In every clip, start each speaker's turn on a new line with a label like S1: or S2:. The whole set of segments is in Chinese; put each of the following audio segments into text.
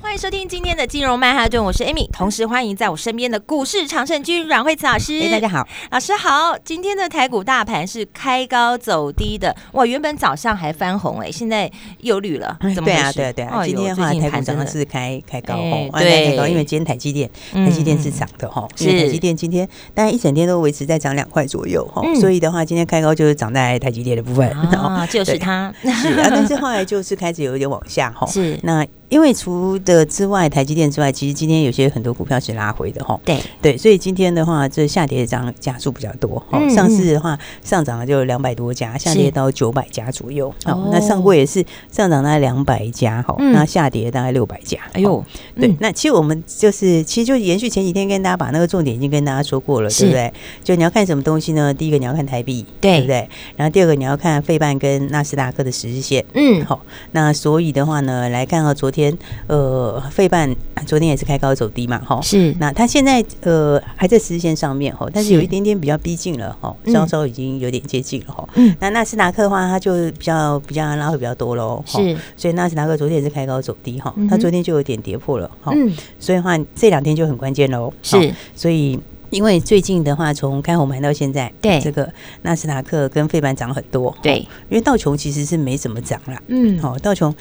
S1: 欢迎收听今天的金融曼哈顿，我是 Amy，同时欢迎在我身边的股市常胜军阮惠慈老师。
S2: 哎、大家好，
S1: 老师好，今天的台股大盘是开高走低的，哇，原本早上还翻红哎、现在又绿了，怎么
S2: 对
S1: 回
S2: 啊，
S1: 事？
S2: 对啊，对啊。
S1: 哎呦
S2: 今天的
S1: 最
S2: 话，台
S1: 近
S2: 股
S1: 盘
S2: 早
S1: 真
S2: 上
S1: 的
S2: 是开开高
S1: 哎
S2: 哦，啊
S1: 对
S2: 开高，因为今天台积电，
S1: 嗯
S2: 台积电是涨的哈，因为
S1: 是
S2: 台积电今天大概一整天都维持在涨两块左右哈
S1: 嗯，
S2: 所以的话，今天开高就是涨在台积电的部分， 哦
S1: 啊，就是
S2: 对
S1: 它，
S2: 是啊，但是后来就是开始有一点往下哈。
S1: 是
S2: 那因为除的之外，台积电之外，其实今天有些很多股票是拉回的哈。
S1: 对，
S2: 对，所以今天的话，这下跌的涨家数比较多哈、
S1: 嗯
S2: 上市的话，上涨了就两百多家，下跌到九百家左右。好、那上柜也是上涨大概两百家，好、
S1: 哦嗯
S2: 那下跌大概六百家。
S1: 哎
S2: 好。
S1: 呦，
S2: 对，
S1: 嗯
S2: 那其实我们就是，其实就延续前几天跟大家把那个重点已经跟大家说过了，对
S1: 是
S2: 不对？就你要看什么东西呢？第一个你要看台币，
S1: 对
S2: 不对？然后第二个你要看费半跟纳斯达克的十日线。
S1: 嗯，
S2: 好、那所以的话呢，来看到啊昨天，呃，费半昨天也是开高走低嘛，哈、
S1: 是
S2: 那它现在呃还在十日线上面哈，但是
S1: 是
S2: 有一点点比较逼近了哈，
S1: 嗯
S2: 稍稍已经有点接近了哈。
S1: 嗯
S2: 那纳斯达克的话，它就比较比较拉回比较多喽。哈
S1: 是，
S2: 所以纳斯达克昨天也是开高走低哈
S1: 嗯哼，
S2: 它昨天就有点跌破了哈，
S1: 嗯，
S2: 所以的话这两天就很关键喽。
S1: 是
S2: 哈所以。因为最近的话，从开红盘到现在，
S1: 对
S2: 这个纳斯达克跟费板涨很多，哈
S1: 对，
S2: 因为道琼其实是没怎么涨啦，
S1: 嗯，
S2: 好、道琼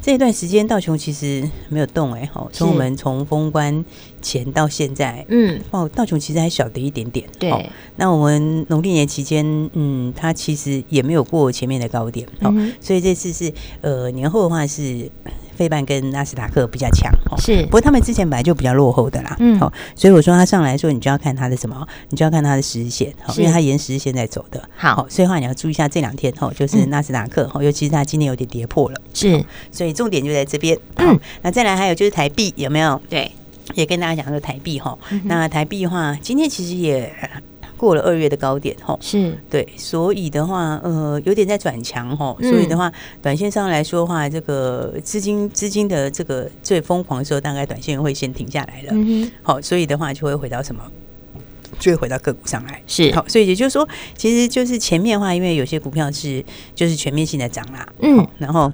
S2: 这一段时间，道琼其实没有动哎、好，从
S1: 是
S2: 我们从封关前到现在，
S1: 嗯，
S2: 哦，道琼其实还小跌一点点，哦
S1: 对，
S2: 那我们农历年期间，嗯，它其实也没有过前面的高点，好、
S1: 嗯哼
S2: 所以这次是呃年后的话是费半跟纳斯达克比较强，哦。
S1: 是
S2: 不，过他们之前本来就比较落后的啦，
S1: 嗯
S2: 好、所以我说它上来的时候，你就要看它的什么，你就要看它的时线，好、
S1: 是
S2: 因为它沿时线在走的，
S1: 好
S2: 所以的话你要注意一下这两天，哦，就是
S1: 嗯
S2: 纳斯达克，哦、尤其是它今天有点跌破了，
S1: 是，
S2: 所以重点就在这边。
S1: 嗯
S2: 嗯，那再来还有就是台币有没有？
S1: 对，
S2: 也跟大家讲说台币哈
S1: 嗯，哼
S2: 那台币的话，今天其实也过了二月的高点哈，
S1: 是，
S2: 对，所以的话，呃，有点在转强哈，
S1: 嗯
S2: 所以的话，短线上来说的话，这个资金资金的这个最疯狂的时候，大概短线会先停下来了，
S1: 嗯哼，
S2: 好，所以的话就会回到什么？就会回到个股上来，
S1: 是，
S2: 好，所以也就是说，其实就是前面的话，因为有些股票是就是全面性的涨啦，
S1: 嗯
S2: 好，然后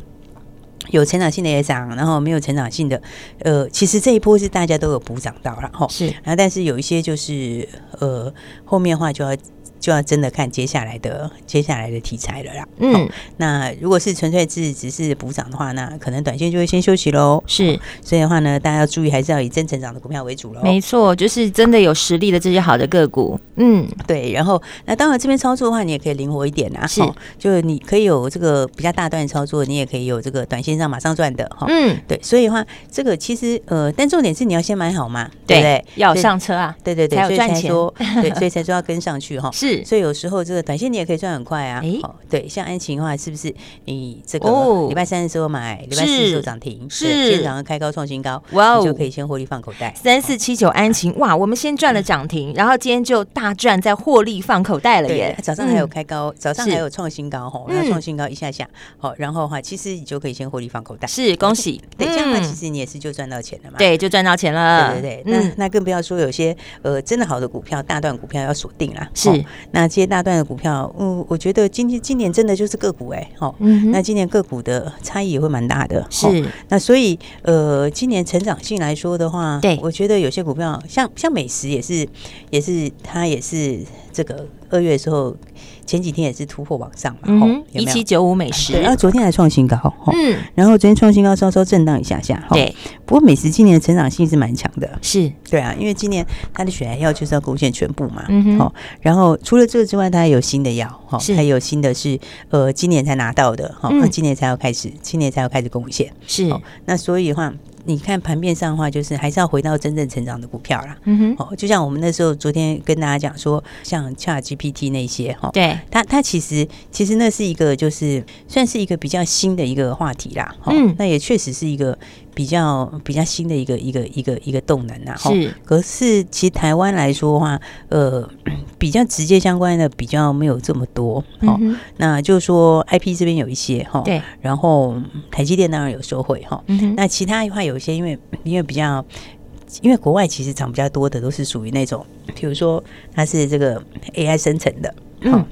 S2: 有成长性的也涨，然后没有成长性的，呃，其实这一波是大家都有补涨到了哈，
S1: 是，
S2: 然后但是有一些就是呃后面的话就要。就要真的看接下来的接下来的题材了啦。
S1: 嗯
S2: 好，那如果是纯粹是只是补涨的话，那可能短线就会先休息喽。
S1: 是，
S2: 所以的话呢，大家要注意，还是要以真成长的股票为主喽。
S1: 没错，就是真的有实力的这些好的个股，嗯，
S2: 对，然后那当然这边操作的话，你也可以灵活一点啦。
S1: 是
S2: 哦，就是你可以有这个比较大段操作，你也可以有这个短线上马上赚的哈。
S1: 嗯，
S2: 对，所以的话，这个其实呃，但重点是你要先买好嘛，对
S1: 对
S2: 不对？，
S1: 要
S2: 所以
S1: 上车啊，
S2: 对对对，
S1: 才有
S2: 所以
S1: 赚钱
S2: 说，对，所以才说要跟上去哈。
S1: 是，
S2: 所以有时候这个短线你也可以赚很快啊。
S1: 诶
S2: 哦，对，像安晴的话，是不是你这个
S1: 哦
S2: 礼拜三的时候买，礼拜四的时候涨停，
S1: 是哦
S2: 对今天早上开高创新高，
S1: 哇
S2: 你就可以先获利放口袋。
S1: 三四七九安晴，哇，我们先赚了涨停，然后今天就大赚，在获利放口袋了
S2: 对
S1: 耶，。
S2: 早上还有
S1: 嗯
S2: 开高，早上
S1: 是
S2: 还有创新高吼，
S1: 嗯
S2: 那创新高一下下，好，然后的话，其实你就可以先获利放口袋。
S1: 是恭喜，
S2: 对，这样的
S1: 嗯
S2: 话其实你也是就赚到钱了嘛。
S1: 对，就赚到钱了，
S2: 对对对，那
S1: 嗯，
S2: 那更不要说有些呃真的好的股票，大段股票要锁定啦。
S1: 是
S2: 哦那这些大段的股票，嗯，我觉得今天今年真的就是个股哎，哦，
S1: 嗯哼
S2: 那今年个股的差异也会蛮大的。哦
S1: 是
S2: 那所以呃，今年成长性来说的话，
S1: 对
S2: 我觉得有些股票像像美食也是也是它也是这个二月的时候前几天也是突破往上嘛，
S1: 嗯哼
S2: 哦，有
S1: 一
S2: 没
S1: 七
S2: 有？
S1: 九五美
S2: 对，啊然后
S1: 食，
S2: 昨天还创新高，哦
S1: 嗯，
S2: 然后昨天创新高稍稍震荡一下下，哦。
S1: 对，
S2: 不过美食今年的成长性是蛮强的，
S1: 是
S2: 对啊，因为今年它的血癌药就是要贡献全部嘛，
S1: 嗯哼
S2: 哦，然后除了这个之外，它还有新的药，哈、哦
S1: 是，
S2: 还有新的是呃今年才拿到的，哈、哦，
S1: 嗯
S2: 那今年才要开始，今年才要开始贡献，
S1: 是，
S2: 哦那所以的话，你看盘面上的话，就是还是要回到真正成长的股票啦。
S1: 嗯哼，
S2: 哦，就像我们那时候昨天跟大家讲说，像 Chat GPT 那些哈，哦，
S1: 对，
S2: 它它其实其实那是一个就是算是一个比较新的一个话题啦。哦
S1: 嗯
S2: 那也确实是一个比较比较新的一个一个一个一个动能呐、啊。齁
S1: 是
S2: 可是其实台湾来说的话，呃，比较直接相关的比较没有这么多。
S1: 嗯
S2: 哦，
S1: 哼
S2: 那就是说 IP 这边有一些哈，齁
S1: 对，
S2: 然后台积电当然有收回哈。齁
S1: 嗯哼，
S2: 那其他的话，有一些因为 因为比较，因为国外其实涨比较多的都是属于那种，比如说它是这个 AI 生成的，
S1: 嗯
S2: 嗯，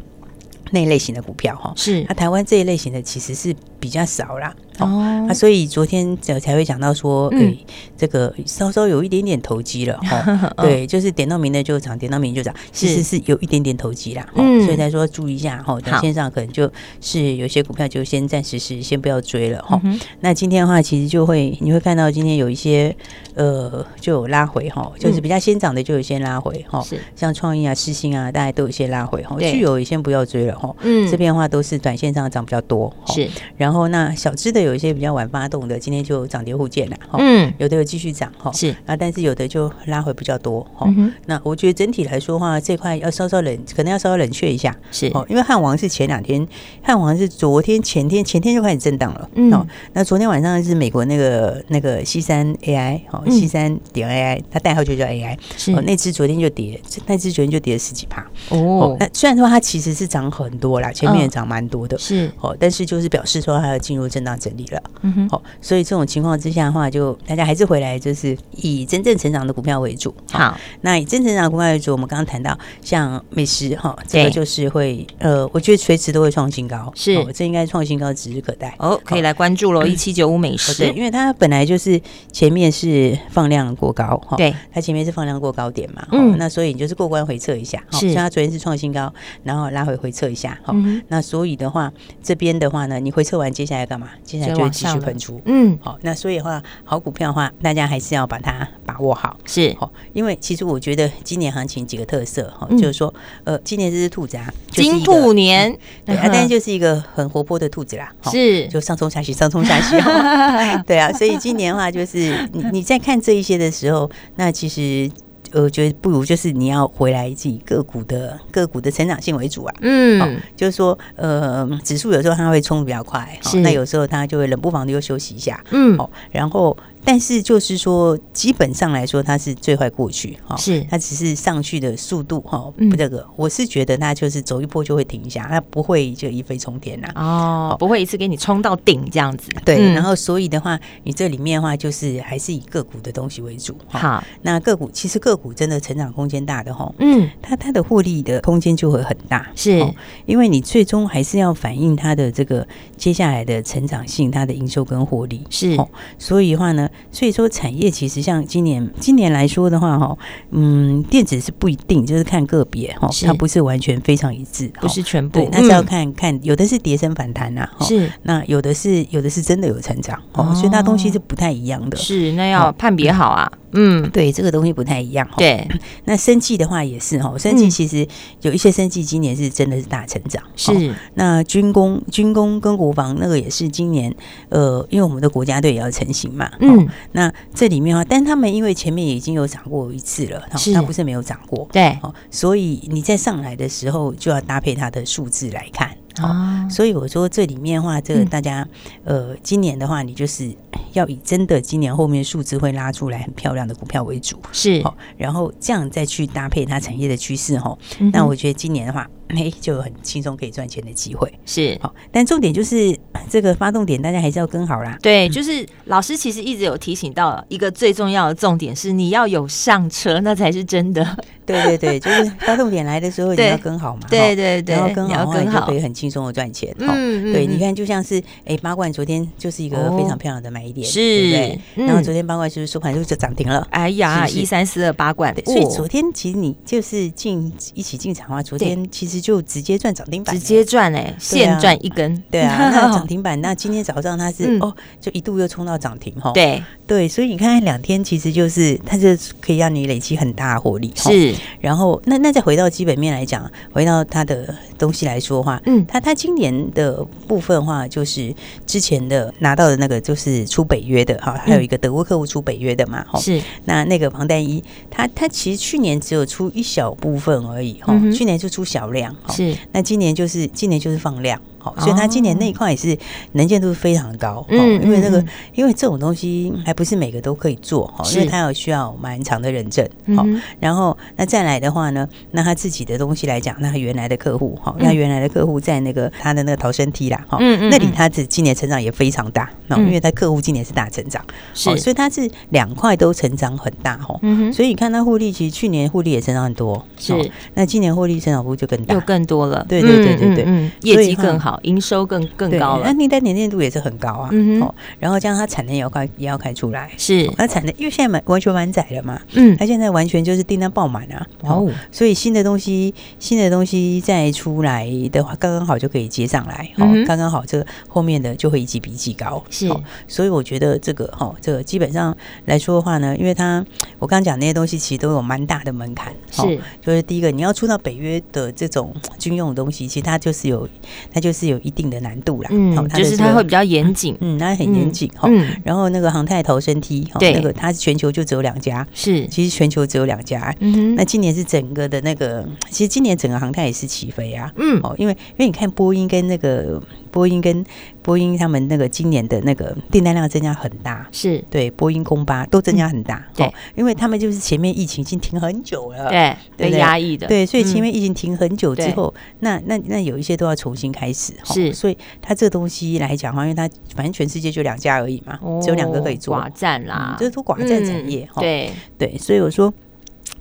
S2: 那一类型的股票哈。
S1: 是
S2: 那、台湾这一类型的其实是比较少啦，哦，
S1: 哦
S2: 啊，所以昨天才才会讲到说，
S1: 嗯，
S2: 嗯、这个稍稍有一点点投机了哈 对，就是点到名的就涨，点到名就涨，其
S1: 哦是
S2: 实是有一点点投机啦，哈
S1: 嗯
S2: 所以才说注意一下哈，短
S1: 好
S2: 线上可能就是有些股票就先暂时是先不要追了哈
S1: 嗯。哼
S2: 那今天的话，其实就会你会看到今天有一些呃就有拉回哈，就是比较先涨的就有先拉回哈，
S1: 嗯是
S2: 像创意啊、世新啊，大家都有一些拉回哈，
S1: 对
S2: 具有也先不要追了哈。
S1: 嗯
S2: 这边的话都是短线上涨比较多，哈
S1: 是
S2: 然后那小只的有一些比较晚发动的，今天就涨跌互见啦，哈、
S1: 嗯
S2: 有的有继续涨哈，
S1: 是
S2: 啊，但是有的就拉回比较多哈。
S1: 嗯哼
S2: 那我觉得整体来说的话，这块要稍稍冷，可能要稍稍冷却一下
S1: 是
S2: 哦，因为汉王是前两天，汉王是昨天、前天、前天就开始震荡了，
S1: 嗯
S2: 哦，那昨天晚上是美国那个那个西三 AI 哦，
S1: 嗯
S2: 西三点 AI，它代号就叫 AI，
S1: 是
S2: 哦，那只昨天就跌，那只昨天就跌了十几趴，
S1: 哦
S2: 哦，那虽然说它其实是涨很多啦，前面也涨蛮多的，
S1: 是
S2: 哦，但是就是表示说它要进入震荡整理了。
S1: 嗯哼
S2: 好、所以这种情况之下的话就，大家还是回来就是以真正成长的股票为主。哦，
S1: 好
S2: 那以真正成长的股票为主，我们刚刚谈到像美食哈、这个
S1: 对
S2: 就是会呃，我觉得随时都会创新高，
S1: 是
S2: 哦、这应该创新高指日可待。
S1: 哦可以来关注喽，一七九五美
S2: 哦对，
S1: 食
S2: 因为它本来就是前面是放量过高哈，
S1: 对
S2: 它前面是放量过高点嘛，
S1: 嗯
S2: 哦，那所以你就是过关回撤一下，哦
S1: 是
S2: 所以它昨天是创新高，然后拉回回撤一下，好、
S1: 嗯哼
S2: 那所以的话，这边的话呢，你回撤完，接下来干嘛？接下来
S1: 就
S2: 就会
S1: 往
S2: 继
S1: 上
S2: 续
S1: 了
S2: 喷出。
S1: 嗯
S2: 好、那所以的话，好股票的话，大家还是要把它把握好。
S1: 是
S2: 好、因为其实我觉得今年行情几个特色哈、
S1: 嗯
S2: 就是说，呃，今年这只兔子啊，就是一
S1: 金
S2: 个
S1: 兔年
S2: 对、 啊，
S1: 嗯
S2: 但是就是一个很活泼的兔子啦，哦齁
S1: 是
S2: 就上冲下洗，上冲下洗、 哦。对啊，所以今年的话，就是你你在看这一些的时候，那其实呃我觉得不如就是你要回来自己个股的个股的成长性为主啊。
S1: 嗯
S2: 就是说，呃，指数有时候它会冲比较快，齁
S1: 是
S2: 那有时候它就会冷不防的又休息一下，
S1: 嗯
S2: 哦，然后但是就是说，基本上来说，它是最坏过去哈，
S1: 是
S2: 它只是上去的速度哈，
S1: 嗯
S2: 不这个，我是觉得它就是走一波就会停一下，它不会就一飞冲天啊呐、
S1: 哦不会一次给你冲到顶这样子
S2: 对，
S1: 嗯
S2: 然后所以的话，你这里面的话就是还是以个股的东西为主。哈，
S1: 好
S2: 那个股其实个股真的成长空间大的哈，
S1: 嗯
S2: 它它的获利的空间就会很大。
S1: 是
S2: 哦因为你最终还是要反映它的这个接下来的成长性、它的营收跟获利。
S1: 是
S2: 哦所以的话呢，所以说产业其实像今年今年来说的话，哈，嗯，电子是不一定，就是看个别哈，
S1: 是
S2: 它不是完全非常一致，
S1: 不
S2: 哦
S1: 是全部
S2: 对，那是要
S1: 嗯
S2: 看看有的是跌升反弹呐，哦
S1: 是
S2: 那有的是有的是真的有成长
S1: 哦
S2: 哦，所以它东西是不太一样的。
S1: 是那要判别好啊嗯
S2: 对，这个东西不太一样。，
S1: 对
S2: 那生计的话也是哈，生
S1: 嗯
S2: 计其实有一些生计今年是真的是大成长。哦
S1: 是
S2: 那军工、军工跟国防那个也是今年，呃，因为我们的国家队也要成型嘛，哦
S1: 嗯
S2: 那这里面啊，但他们因为前面已经有涨过一次了，哦
S1: 是
S2: 它不是没有涨过，
S1: 对
S2: 哦，所以你在上来的时候就要搭配它的数字来看，哦，
S1: 啊
S2: 所以我说这里面的话，这个
S1: 嗯
S2: 大家、呃，今年的话，你就是要以真的今年后面数字会拉出来很漂亮的股票为主，
S1: 是
S2: 哦，然后这样再去搭配它产业的趋势，哈、哦，
S1: 嗯
S2: 那
S1: 哼
S2: 我觉得今年的话， 哎，就有很轻松可以赚钱的机会。
S1: 是
S2: 好，但重点就是这个发动点，大家还是要跟 好啦。
S1: 对，就是老师其实一直有提醒到一个最重要的重点是，你要有上车，那才是真的。
S2: 对对 对，就是发动点来的时候，你
S1: 对
S2: 要跟好嘛。
S1: 对
S2: 哈
S1: 对对
S2: 然后，跟
S1: 你
S2: 好
S1: 要
S2: 的话，
S1: 跟
S2: 你就
S1: 好
S2: 可。以很轻松的赚钱。哈
S1: 嗯嗯
S2: 对，
S1: 嗯
S2: 你看，就像是哎，八冠昨天就是一个
S1: 哦
S2: 非常漂亮的买点，
S1: 是
S2: 对不对
S1: 嗯
S2: 然后昨天八冠是不是收盘就就涨停了？
S1: 哎呀，
S2: 是不
S1: 一
S2: 是
S1: 三四二八冠
S2: 对，，所以
S1: 哦
S2: 昨天其实你就是进一起进场的话，昨
S1: 对
S2: 天其实就直接赚涨停板
S1: 直
S2: 了，
S1: 接赚哎，现赚一根。
S2: 啊对 啊，那涨停板，那今天早上它是、
S1: 嗯
S2: 哦，就一度又冲到涨停哈。吼
S1: 对，
S2: 对，所以你看两天其实就是它是可以让你累积很大的获利。吼
S1: 是
S2: 然后那那再回到基本面来讲，回到它的东西来说的话，
S1: 嗯
S2: 它它今年的部分的话，就是之前的拿到的那个就是出北约的哈，
S1: 嗯
S2: 还有一个德国客户出北约的嘛哈。
S1: 是
S2: 那那个庞丹一，它它其实去年只有出一小部分而已哈
S1: 嗯，哼
S2: 去年就出小量哈。
S1: 是，哦
S2: 那今年就是今年就是放量，好，所以它今年那一块也是能见度非常高，
S1: 嗯
S2: 嗯，因为那个
S1: 嗯
S2: 因为这种东西还不是每个都可以做，哈，
S1: 是
S2: 因为它有需要蛮长的认证，
S1: 嗯
S2: 好，
S1: 哼
S2: 然后那再来的话呢，那他自己的东西来讲，那他原来的客户，哈，
S1: 嗯
S2: 那原来的客户在那个他的那个逃生梯啦，哈，
S1: 嗯嗯
S2: 那里
S1: 嗯
S2: 他只今年成长也非常大，那
S1: 嗯
S2: 因为他客户今年是大成长，
S1: 是，
S2: 哦所以它是两块都成长很大，哈。
S1: 嗯哼，
S2: 所以你看它获利，其实去年获利也成长很多，
S1: 是
S2: 哦那今年获利成长幅就更大
S1: 又，更多了，
S2: 对对对对对
S1: 嗯，嗯嗯业
S2: 所以
S1: 绩
S2: 哈
S1: 更好，营收更更
S2: 对
S1: 高
S2: 那
S1: 了，
S2: 订单年见度也是很高啊。
S1: 嗯哼
S2: 哦，然后加上它产能也要快也要开出来，
S1: 是，
S2: 它产能因为现在满完全满载了嘛，
S1: 嗯，
S2: 它现在完全就是订单爆满啊。哦，
S1: 哦，
S2: 所以新的东西新的东西再出来的话，刚刚好就可以接上来，哦
S1: 嗯哼，
S2: 刚刚好这个后面的就会一级比一级高。
S1: 是
S2: 哦所以我觉得这个哈、哦，这个基本上来说的话呢，因为它我刚刚讲那些东西其实都有蛮大的门槛，哦
S1: 是，
S2: 就是第一个，你要出到北约的这种军用的东西，其实它就是有，它就是有一定的难度啦。好
S1: 嗯，
S2: 的
S1: 就是
S2: 这个
S1: 它会比较严 谨，
S2: 嗯，它很严谨哈。
S1: 嗯，
S2: 然后那个航太逃生梯，哈
S1: 对
S2: 那个它是全球就只有两家，
S1: 是，
S2: 其实全球只有两家。
S1: 嗯哼，
S2: 那今年是整个的那个，其实今年整个航太也是起飞啊。
S1: 嗯，
S2: 哦，因为因为你看波音跟那个波音跟波音他们那个今年的那个订单量增加很大，
S1: 是，
S2: 对，波音空巴都增加很大，
S1: 嗯对
S2: 哦，因为他们就是前面疫情已经停很久了，
S1: 对，
S2: 呃对
S1: 被
S2: 对
S1: 压抑的，
S2: 对，所以
S1: 嗯
S2: 前面疫情停很久之
S1: 对
S2: 后，那那那有一些都要重新开始哈。
S1: 是
S2: 所以它这个东西来讲哈，因为它反正全世界就两家而已嘛，只有两个可以
S1: 哦
S2: 做，
S1: 寡占啦
S2: 嗯，这都寡占产业
S1: 嗯
S2: 哈。
S1: 对，
S2: 对，所以我说，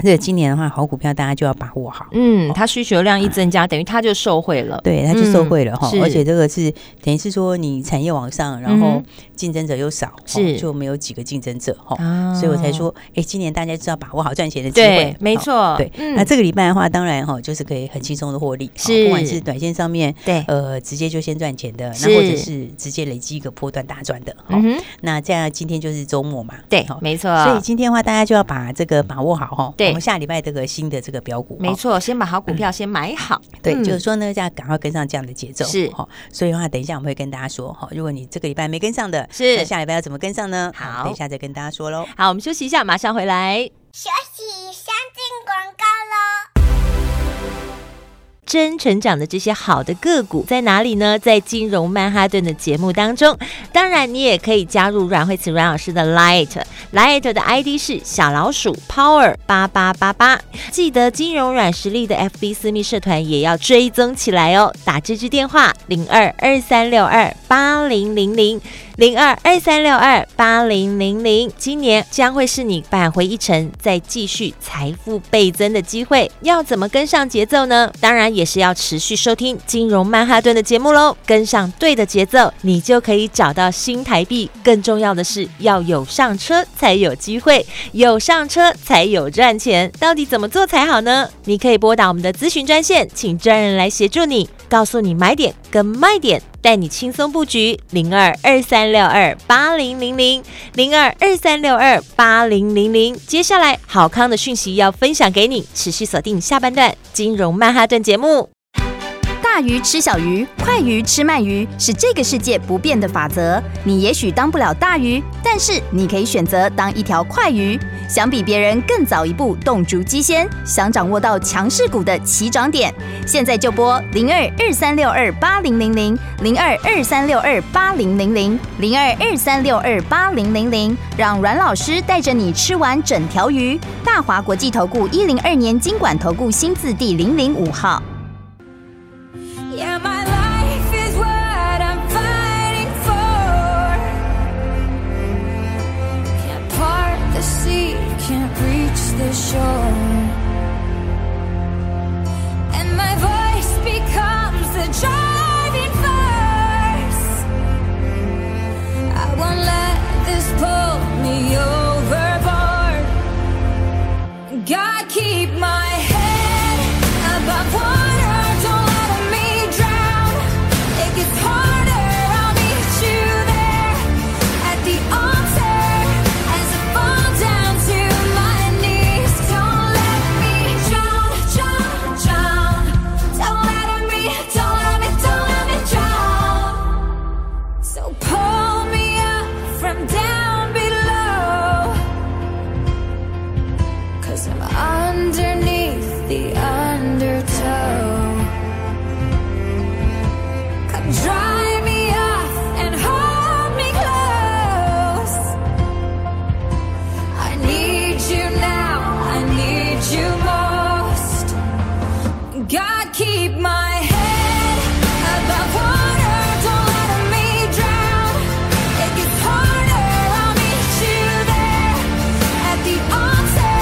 S2: 这个今年的话，好股票大家就要把握好。
S1: 嗯，
S2: 哦
S1: 它需求量一增加，等于它就受惠了，
S2: 对，它就受惠了哈、
S1: 嗯
S2: 而
S1: 是
S2: 且这个是等于是说你产业往上，然
S1: 嗯
S2: 后
S1: 哼
S2: 竞争者又少，哦
S1: 是
S2: 就没有几个竞争者哈、
S1: 啊
S2: 所以我才，说，哎、今年大家就要把握好赚钱的机会
S1: 对，，没
S2: 哦
S1: 错，
S2: 对，
S1: 嗯
S2: 那这个礼拜的话，当然哈、就是可以很轻松的获利，哦
S1: 是
S2: 不管是短线上面，
S1: 对，
S2: 呃，直接就先赚钱的，
S1: 是
S2: 那或者是直接累积一个波段大赚的。好、
S1: 嗯哼，
S2: 那这样今天就是周末嘛，
S1: 对
S2: 好，
S1: 没
S2: 哦所以
S1: 错。
S2: 今天的话，大家就要把这个把握好哈。
S1: 对
S2: 我们下礼拜这个新的这个标股，
S1: 没
S2: 哦，
S1: 错，先把好股票先买好。
S2: 对，
S1: 嗯
S2: 就是说呢，大家赶快跟上这样的节奏，
S1: 是
S2: 哈。所以的话，等一下我们会跟大家说哈，如果你这个礼拜没跟上的，
S1: 是
S2: 那下礼拜要怎么跟上呢？
S1: 好
S2: 等一下再跟大家说喽。
S1: 好，我们休息一下，马上回来。真成长的这些好的个股在哪里呢？在金融曼哈顿的节目当中，当然你也可以加入阮慧慈阮老师的 Light，Light 的 ID 是小老鼠 Power 八八八八，记得金融软实力的 FB 私密社团也要追踪起来哦。打这支电话零二二三六二八零零零零二二三六二八零零零，今年将会是你返回一城，再继续财富倍增的机会。要怎么跟上节奏呢？当然也是要持续收听金融曼哈顿的节目喽，跟上对的节奏，你就可以找到新台币。更重要的是，要有上车才有机会，有上车才有赚钱。到底怎么做才好呢？你可以拨打我们的咨询专线，请专人来协助你，告诉你买点跟卖点。带你轻松布局，零二二三六二八零零零，零二二三六二八零零零。接下来好康的讯息要分享给你，持续锁定下半段金融曼哈顿节目。
S3: 大鱼吃小鱼，快鱼吃慢鱼，是这个世界不变的法则。你也许当不了大鱼，但是你可以选择当一条快鱼。想比别人更早一步动足机先，想掌握到强势股的起涨点，现在就拨零二二三六二八零零零零二二三六二八零零零零二二三六二八零零零，让阮老师带着你吃完整条鱼。大华国际投顾一零二年经管投顾新字第零零五号。
S4: Yeah, my life is what I'm fighting for. Can't part the sea, can't reach the shore. And my voice becomes the driving force. I won't let this pull me overboard. God keep my head above water, don't let me drown. It gets harder, I'll meet you there at the altar as I fall down to my knees. Don't let underneath the undertow Come dry me off and hold me close. I need you now, I need you most. God, keep my head above water. Don't let me drown. It gets harder. I'll meet you there at the altar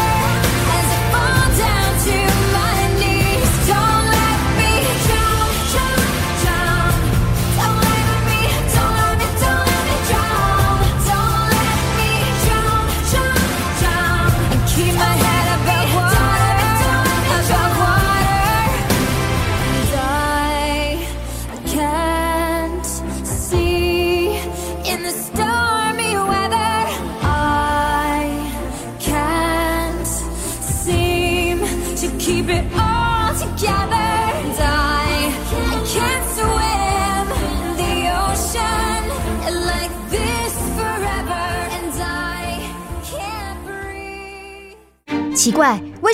S4: as I fall down to my knees. Don't let me drown, drown, drown. Don't let me, don't let me, don't let me drown. Don't let me drown, drown, drown. And keep my head above water, above water die. I can't see in the stormy weather. I can't seem to keep it all together. Die. I can't swim in the ocean like this forever. And I can't breathe.
S3: 奇怪，为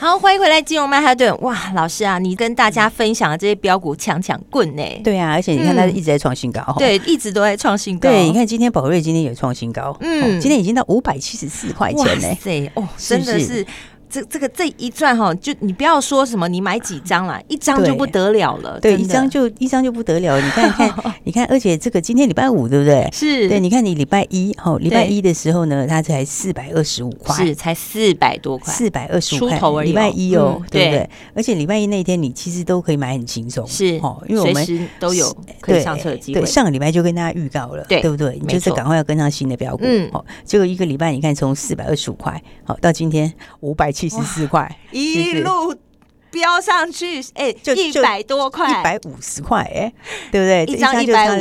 S1: 好，欢迎回来，金融曼哈顿。哇，老师啊，你跟大家分享的这些标股强强棍呢、
S2: 对啊，而且你看它
S1: 嗯
S2: 一直在创新高，哦
S1: 对，一直都在创新高。
S2: 对，你看今天宝瑞今天也创新高，
S1: 嗯
S2: 嗯，今天已经到五百七十四块
S1: 哇
S2: 钱呢。
S1: 塞，哦，
S2: 是
S1: 真
S2: 不
S1: 的
S2: 是
S1: 是。这这个这一转哈，就你不要说什么你买几张啦，一张就
S2: 对
S1: 不得了了，
S2: 对，
S1: 真
S2: 一
S1: 的
S2: 张就一张就不得了，你看 看，你看，而且这个今天礼拜五对不对？
S1: 是
S2: 对，你看你礼拜一，哦，礼拜
S1: 对
S2: 一的时候呢，它才四百二十五块，
S1: 是才四百多块，
S2: 四百二十
S1: 出
S2: 五块
S1: 头而，已哦
S2: 礼拜一哦
S1: 嗯，
S2: 对
S1: 对
S2: 不对？而且礼拜一那一天你其实都可以买很轻松，
S1: 是
S2: 哦，因为我们
S1: 随时都有可以
S2: 对
S1: 上车的机会
S2: 对，，上个礼拜就跟大家预告了，
S1: 对
S2: 对不对？你
S1: 没
S2: 就是
S1: 错
S2: 赶快要跟上新的标股，
S1: 嗯
S2: 哦，结果一个礼拜你看从四百二十五块，好到今天五百七十四块，
S1: 一路飙上去，哎，
S2: 就
S1: 一百多块，
S2: 一百五十块，哎，对不对？
S1: 一张
S2: 一百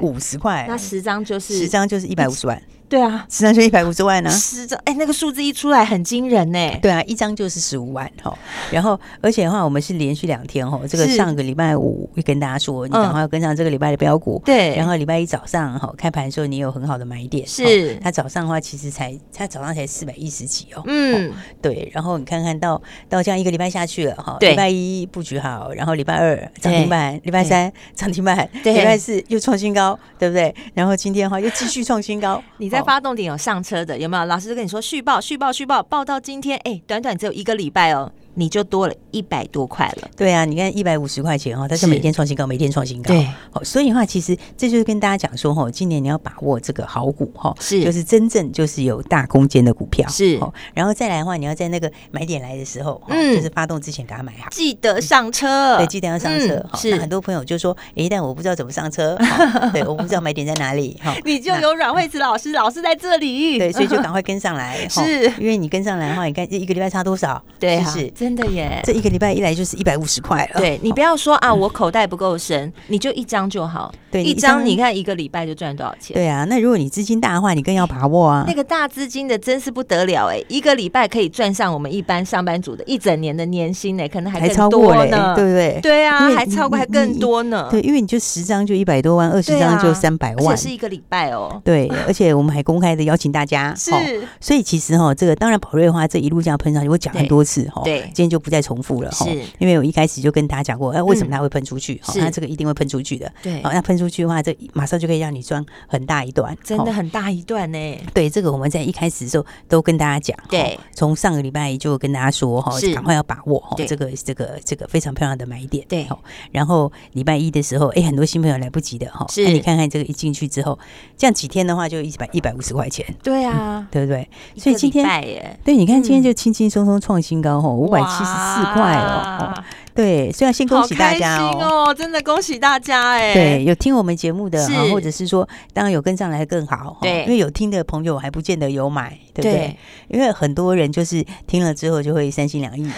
S2: 五十块，
S1: 那十张就是
S2: 十，张就是一百五十万，
S1: 对啊，
S2: 十张就一百五十万啊呢。
S1: 十张，哎，那个数字一出来很惊人呢，
S2: 对啊，一张就是十五万哈，然后而且的话，我们是连续两天哈，这个
S1: 是嗯
S2: 上个礼拜五会跟大家说，你赶快要跟上这个礼拜的标股，
S1: 对
S2: 然后礼拜一早上哈开盘的时候，你有很好的买点，
S1: 是
S2: 哦它早上的话其实才它早上才四百一十几哦，
S1: 嗯，
S2: 对，然后你看看到到这样一个礼拜下去了哈，
S1: 对
S2: 礼拜一布局好，然后礼拜二涨
S1: 对
S2: 停板，礼拜三涨停板，
S1: 对，
S2: 礼拜四又创新高，对不对？然后今天的话又继续创新高
S1: 你在
S2: 哦
S1: 发动点有上车的，有没有？老师就跟你说续报、续报、续报，报到今天，哎，短短只有一个礼拜哦，你就多了一百多块了。
S2: 对啊，你看一百五十块钱哈，哦它是
S1: 是
S2: 每天创新高，每天创新高。
S1: 对，
S2: 哦，所以的话，其实这就是跟大家讲说哈，今年你要把握这个好股哈，
S1: 是
S2: 就是真正就是有大空间的股票
S1: 是
S2: 哦，然后再来的话，你要在那个买点来的时候，
S1: 嗯
S2: 嗯，就是发动之前给它买好。
S1: 记得上车，
S2: 对，记得要上车。
S1: 嗯
S2: 好那很
S1: 是，
S2: 多朋友就说：“诶，但我不知道怎么上车， 好对，我不知道买点在哪里。”哈，
S1: 你就
S2: 那
S1: 有阮慧慈老师，老师在这里。嗯
S2: 对，所以就赶快跟上来。 哈
S1: 是
S2: 因为你跟上来的话，你看一个礼拜差多少？
S1: 对啊，
S2: 是不是？哦
S1: 真的耶。
S2: 这一个礼拜一来就是一百五十块了。
S1: 对你不要说啊，我口袋不够深，你就一张就好。
S2: 对你
S1: 一
S2: 一张
S1: 张你看一个礼拜就赚多少钱？
S2: 对啊，那如果你资金大的话，你更要把握啊。
S1: 那个大资金的真是不得了哎、一个礼拜可以赚上我们一般上班族的一整年的年薪呢、可能还
S2: 还
S1: 更
S2: 超过
S1: 多
S2: 嘞，
S1: 呢。
S2: 对不对？
S1: 对啊，
S2: 因为
S1: 还
S2: 你
S1: 超过还
S2: 你
S1: 更
S2: 你
S1: 多呢。
S2: 对，因为你就十张就一百多万，二十
S1: 对啊，
S2: 张就三百
S1: 而
S2: 万
S1: 且。是一个礼拜哦。
S2: 对，而且我们还公开的邀请大 家，
S1: 是
S2: 哦所以其实哈、哦，这个当然宝瑞的话，这一路这样喷上去，我讲很多次哈、哦，
S1: 对
S2: 今天就不再重复了哈、哦
S1: 是，嗯
S2: 因为我一开始就跟大家讲过，哎、为什么它会喷出去？哈、
S1: 是
S2: 那这个一定会喷出去的，哦
S1: 对
S2: 好、那喷出去的话，这马上就可以让你赚很大一段，
S1: 真的
S2: 哦
S1: 很大一段呢、
S2: 对，这个我们在一开始的时候都跟大家讲，
S1: 对
S2: 哦，从上个礼拜就跟大家说哈
S1: 是，
S2: 赶快要把握哈
S1: 对，
S2: 这个这个这个非常漂亮的买点，
S1: 对
S2: 哦。然后礼拜一的时候，哎，很多新朋友来不及的哈，
S1: 是
S2: 那你看看这个一进去之后，这样几天的话就一百一百五十块钱，
S1: 对啊，
S2: 对不对？
S1: 一
S2: 所以
S1: 个
S2: 今
S1: 礼
S2: 天
S1: 拜耶，
S2: 对，你看今天
S1: 嗯
S2: 就轻轻松松创新高哈，五百七十四块哦。哦
S1: 哇，
S2: 对，所以要先恭喜大家
S1: 好开心哦，真的恭喜大家哎。
S2: 对，有听我们节目的
S1: 是，
S2: 啊或者是说，当然有跟上来更好。哦
S1: 对
S2: 因为有听的朋友还不见得有买，对不对？
S1: 对
S2: 因为很多人就是听了之后就会三心两 意，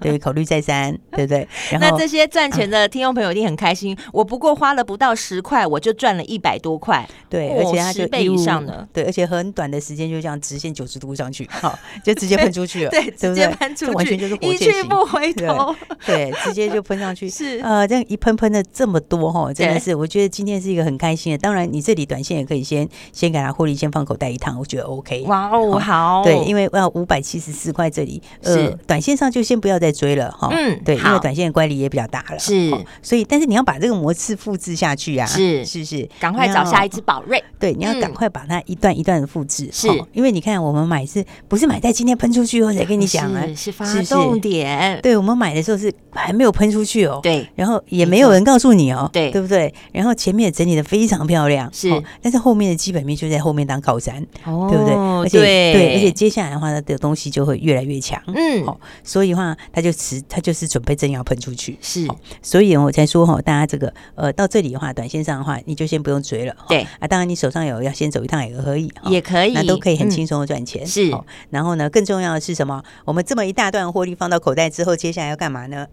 S2: 对，考虑再三，对不对？然
S1: 那
S2: 后啊
S1: 这些赚钱的听众朋友一定很开心，我不过花了不到十块，我就赚了一百多块，
S2: 对，
S1: 哦
S2: 而且它就
S1: 10倍
S2: 一路
S1: 以上呢，
S2: 对，而且很短的时间就这样直线九十度上去，好，就直接喷出去了，
S1: 对，直
S2: 不
S1: 接
S2: 对？
S1: 搬出
S2: 这
S1: 去，
S2: 完全就是火
S1: 一
S2: 箭
S1: 去
S2: 型，
S1: 不回头。
S2: 对，直接就喷上 去。
S1: 是
S2: 呃，这样一喷喷的这么多哈，真
S1: 对
S2: 的是，我觉得今天是一个很开心的。当然，你这里短线也可以先先给它获利，先放口袋一趟，我觉得 OK。
S1: 哇哦，
S2: 好
S1: 好，
S2: 对，因为要五百七十四块这里，呃
S1: 是，
S2: 短线上就先不要再追了哈。
S1: 嗯
S2: 对，因
S1: 好
S2: 为短线的乖离也比较大了，
S1: 是
S2: 哦所以，但是你要把这个模式复制下去啊，
S1: 是
S2: 是不是？
S1: 赶快
S2: 你
S1: 找
S2: 要
S1: 下一只宝瑞，
S2: 对，你要
S1: 嗯
S2: 赶快把它一段一段的复制，
S1: 是
S2: 哦因为你看我们买是不是买在今天喷出去后才跟你讲啊？
S1: 是是发
S2: 是不是
S1: 动点，
S2: 对，我们买的时候是还没有喷出去哦，
S1: 对
S2: 然后也没有人告诉你哦，
S1: 对
S2: 对不对？然后前面也整理的非常漂亮，哦
S1: 是
S2: 但是后面的基本面就在后面当靠山，
S1: 哦
S2: 对不对？而且
S1: 对
S2: 而且接下来的话，它的东西就会越来越强，
S1: 嗯
S2: 好、所以的话，它就持它就是准备正要喷出去，
S1: 是
S2: 好所以哦我才说哈、大家这个呃到这里的话，短线上的话，你就先不用追了，哈
S1: 对
S2: 啊，当然你手上有要先走一趟也可以，哦哈
S1: 也可以，
S2: 那都可以很
S1: 嗯
S2: 轻松的赚钱。
S1: 是
S2: 好然后呢，更重要的是什么？我们这么一大段获利放到口袋之后，接下来要干嘛呢？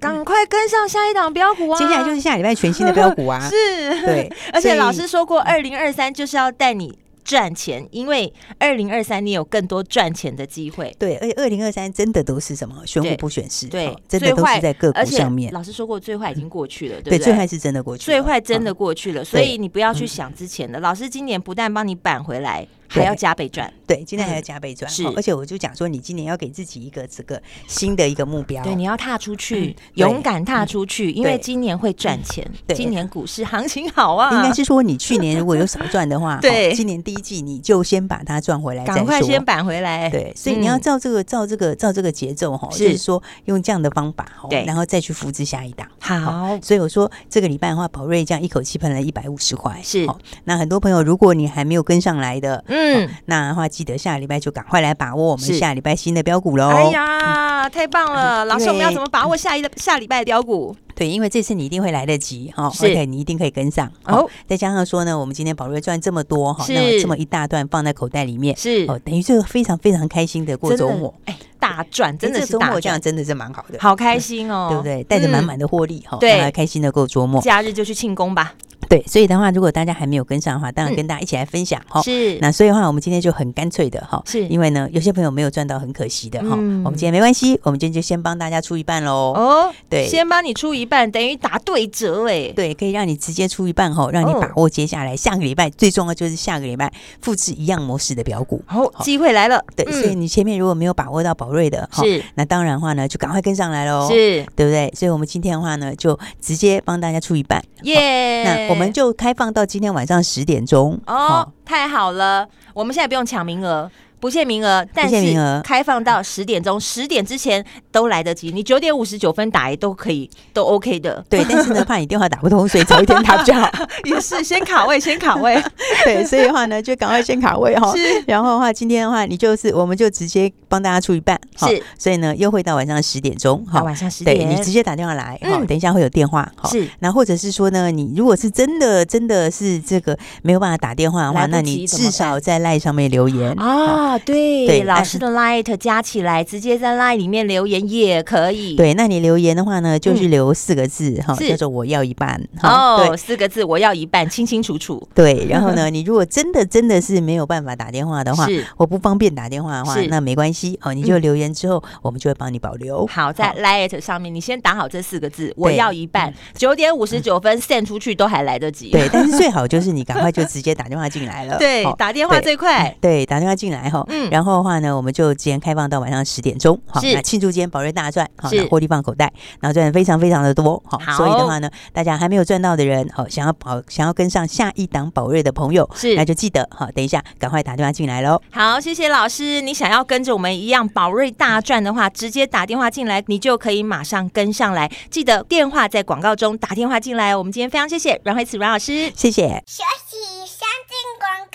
S1: 赶快跟上下一档标股啊！
S2: 接下来就是下礼拜全新的标股啊。
S1: 是，
S2: 对
S1: 而
S2: 所
S1: 且
S2: 以
S1: 老师说过，二零二三就是要带你赚钱，因为二零二三你有更多赚钱的机会。
S2: 对，而且二零二三真的都是什么选
S1: 对
S2: 股不选市，
S1: 对
S2: 哦，真的都是在个
S1: 而
S2: 股
S1: 且
S2: 上面。嗯
S1: 老师说过，最坏已经过去了，对
S2: 对，
S1: 不
S2: 最坏是真的过去了，
S1: 最坏真的
S2: 嗯
S1: 过去了，所以你不要去想之前的。老师今年不但帮你扳回来，还
S2: 对
S1: 要加倍赚。
S2: 对，今天还要加倍赚。
S1: 嗯是
S2: 哦而且我就讲说，你今年要给自己一个这个新的一个目标。
S1: 对，你要踏出去，
S2: 嗯对嗯
S1: 勇敢踏出去，因为
S2: 对嗯
S1: 今年会赚钱。
S2: 对
S1: 今年股市行情好啊，
S2: 应该是说你去年如果有少赚的话，
S1: 对
S2: 哦今年第一季你就先把它赚回来再说，
S1: 赶快先扳回来。
S2: 对，所以你要
S1: 嗯
S2: 照这个、照这个、照这个节奏哈，就是是说用这样的方法哈
S1: 对，嗯
S2: 然后再去复制下一档。
S1: 好
S2: 所以我说这个礼拜的话，宝瑞这样一口气喷了一百五十块，
S1: 是
S2: 好那很多朋友，如果你还没有跟上来的，
S1: 嗯
S2: 好那的话记得下礼拜就赶快来把握我
S1: 是
S2: 们下礼拜新的标股喽。
S1: 哎呀，太棒了！老师，
S2: 哦哎因
S1: 我
S2: 为
S1: 们要怎么把握下一下礼拜的标股？
S2: 对，因为这次你一定会来得及哈，
S1: 是
S2: 而且你一定可以跟上
S1: 哦
S2: 哦。再加上说呢，我们今天宝瑞赚这么多哈，
S1: 是
S2: 那么这么一大段放在口袋里面，
S1: 是
S2: 哦，等于这个非常非常开心的过周末，，
S1: 哎，大赚，真
S2: 哎
S1: 的
S2: 这
S1: 是
S2: 周
S1: 大
S2: 末这样
S1: 赚，
S2: 真的是蛮好的。
S1: 好开心哦，
S2: 对不对？带着满满的获利哈，
S1: 对
S2: 让他开心的过周末
S1: 嗯。。假日就去庆功吧，
S2: 对，所以的话，如果大家还没有跟上的话，当然跟大家一起来分享哈。
S1: 嗯是
S2: 哦那所以的话，我们今天就很干脆的哈，
S1: 是
S2: 因为呢，有些朋友没有赚到，很可惜的哈。
S1: 嗯
S2: 我们今天没关系，我们今天就先帮大家出一半喽。
S1: 哦，
S2: 对
S1: 先帮你出一半，等于打对折哎、
S2: 对，可以让你直接出一半吼，让你
S1: 哦
S2: 把握接下来下个礼拜最重要就是下个礼拜复制一样模式的标股。
S1: 好，
S2: 好
S1: 机会来了，
S2: 对，
S1: 嗯
S2: 所以你前面如果没有把握到宝瑞的，吼
S1: 是
S2: 那当然的话呢，就赶快跟上来喽，
S1: 是
S2: 对不对？所以我们今天的话呢，就直接帮大家出一半，
S1: 耶，
S2: 那我们就开放到今天晚上十点钟
S1: 哦，，太好了，我们现在不用抢名额。不限名额，但
S2: 限名
S1: 是
S2: 额
S1: 开放到十点钟，十点之前都来得及。你九点五十九分打也都可以，都 OK 的。
S2: 对，但是呢，怕你电话打不通，所以早一点打比较好。
S1: 也是先卡位，先卡 位。
S2: 对，所以的话呢，就赶快先卡位哈。
S1: 是
S2: 然后的话，今天的话，你就是我们就直接帮大家出一半，好
S1: 是。
S2: 所以呢，优惠到晚上十点钟，
S1: 好，晚上十
S2: 对
S1: 点，
S2: 你直接打电话来，好、
S1: 嗯
S2: 等一下会有电话，好
S1: 是
S2: 那或者是说呢，你如果是真的真的是这个没有办法打电话的
S1: 来
S2: 话，
S1: 不及
S2: 那你
S1: 怎么
S2: 至少在赖上面留言嗯好
S1: 啊，对，
S2: 对
S1: 老
S2: 哎
S1: 师的 Light 加起来，直接在 Light 里面留言也可以。，
S2: 对，那你留言的话呢，就是
S1: 嗯
S2: 留四个字哈、
S1: 是
S2: 叫做我要一半哈。
S1: 哦，
S2: 对
S1: 四个字，我要一半，清清楚楚。
S2: 对，然后 呢，你如果真的真的是没有办法打电话的话
S1: 是，
S2: 我不方便打电话的话
S1: 是，嗯
S2: 那没关系哦，你就留言之后，我们就会帮你保留。
S1: 好，在 Light 上面，你先打好这四个字，我
S2: 对嗯
S1: 要一半。九点五十九分 send 出去都还来得及。
S2: 对，但是最好就是你赶快就直接打电话进来 了。
S1: 对
S2: 好，
S1: 打电话
S2: 对嗯
S1: 最快。
S2: 对，打电话进来哈，
S1: 嗯
S2: 然后的话呢，我们就今天开放到晚上十点钟，好，
S1: 是
S2: 那庆祝今天宝瑞大赚，好，
S1: 是
S2: 那获利放口袋，然后赚的非常非常的多，好
S1: 好
S2: 所以的话呢，大家还没有赚到的人，好，想要保想要跟上下一档宝瑞的朋友，
S1: 是
S2: 那就记得好，等一下赶快打电话进来喽。
S1: 好，谢谢老师。你想要跟着我们一样宝瑞大赚的话，直接打电话进来，你就可以马上跟上来。记得电话在广告中打电话进来哦。我们今天非常谢谢阮慧慈阮老师。
S2: 谢谢。
S5: 学习相近广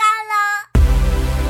S5: 告喽。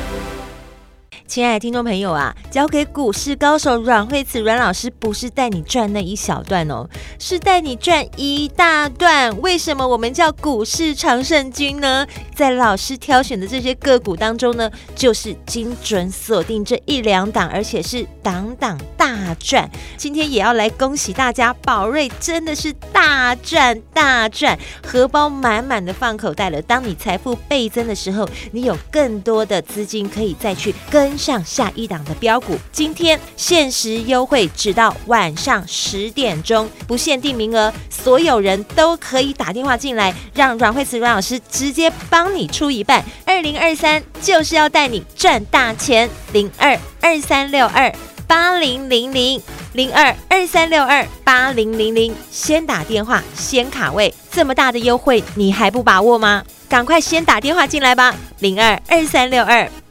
S1: 亲爱的听众朋友啊，交给股市高手阮慧慈阮老师，不是带你赚那一小段哦，是带你赚一大段。为什么我们叫股市常胜军呢？在老师挑选的这些个股当中呢，就是精准锁定这一两档，而且是档档大赚。今天也要来恭喜大家，宝瑞真的是大赚大赚，荷包满满的放口袋了。当你财富倍增的时候，你有更多的资金可以再去跟上下一档的标股。今天限时优惠，直到晚上十点钟，不限定名额，所有人都可以打电话进来，让阮慧慈阮老师直接帮你出一半。二零二三就是要带你赚大钱，零二二三六二八零零零零二二三六二八零零零，先打电话，先卡位，这么大的优惠你还不把握吗？赶快先打电话进来吧，零二二三六二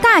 S3: 大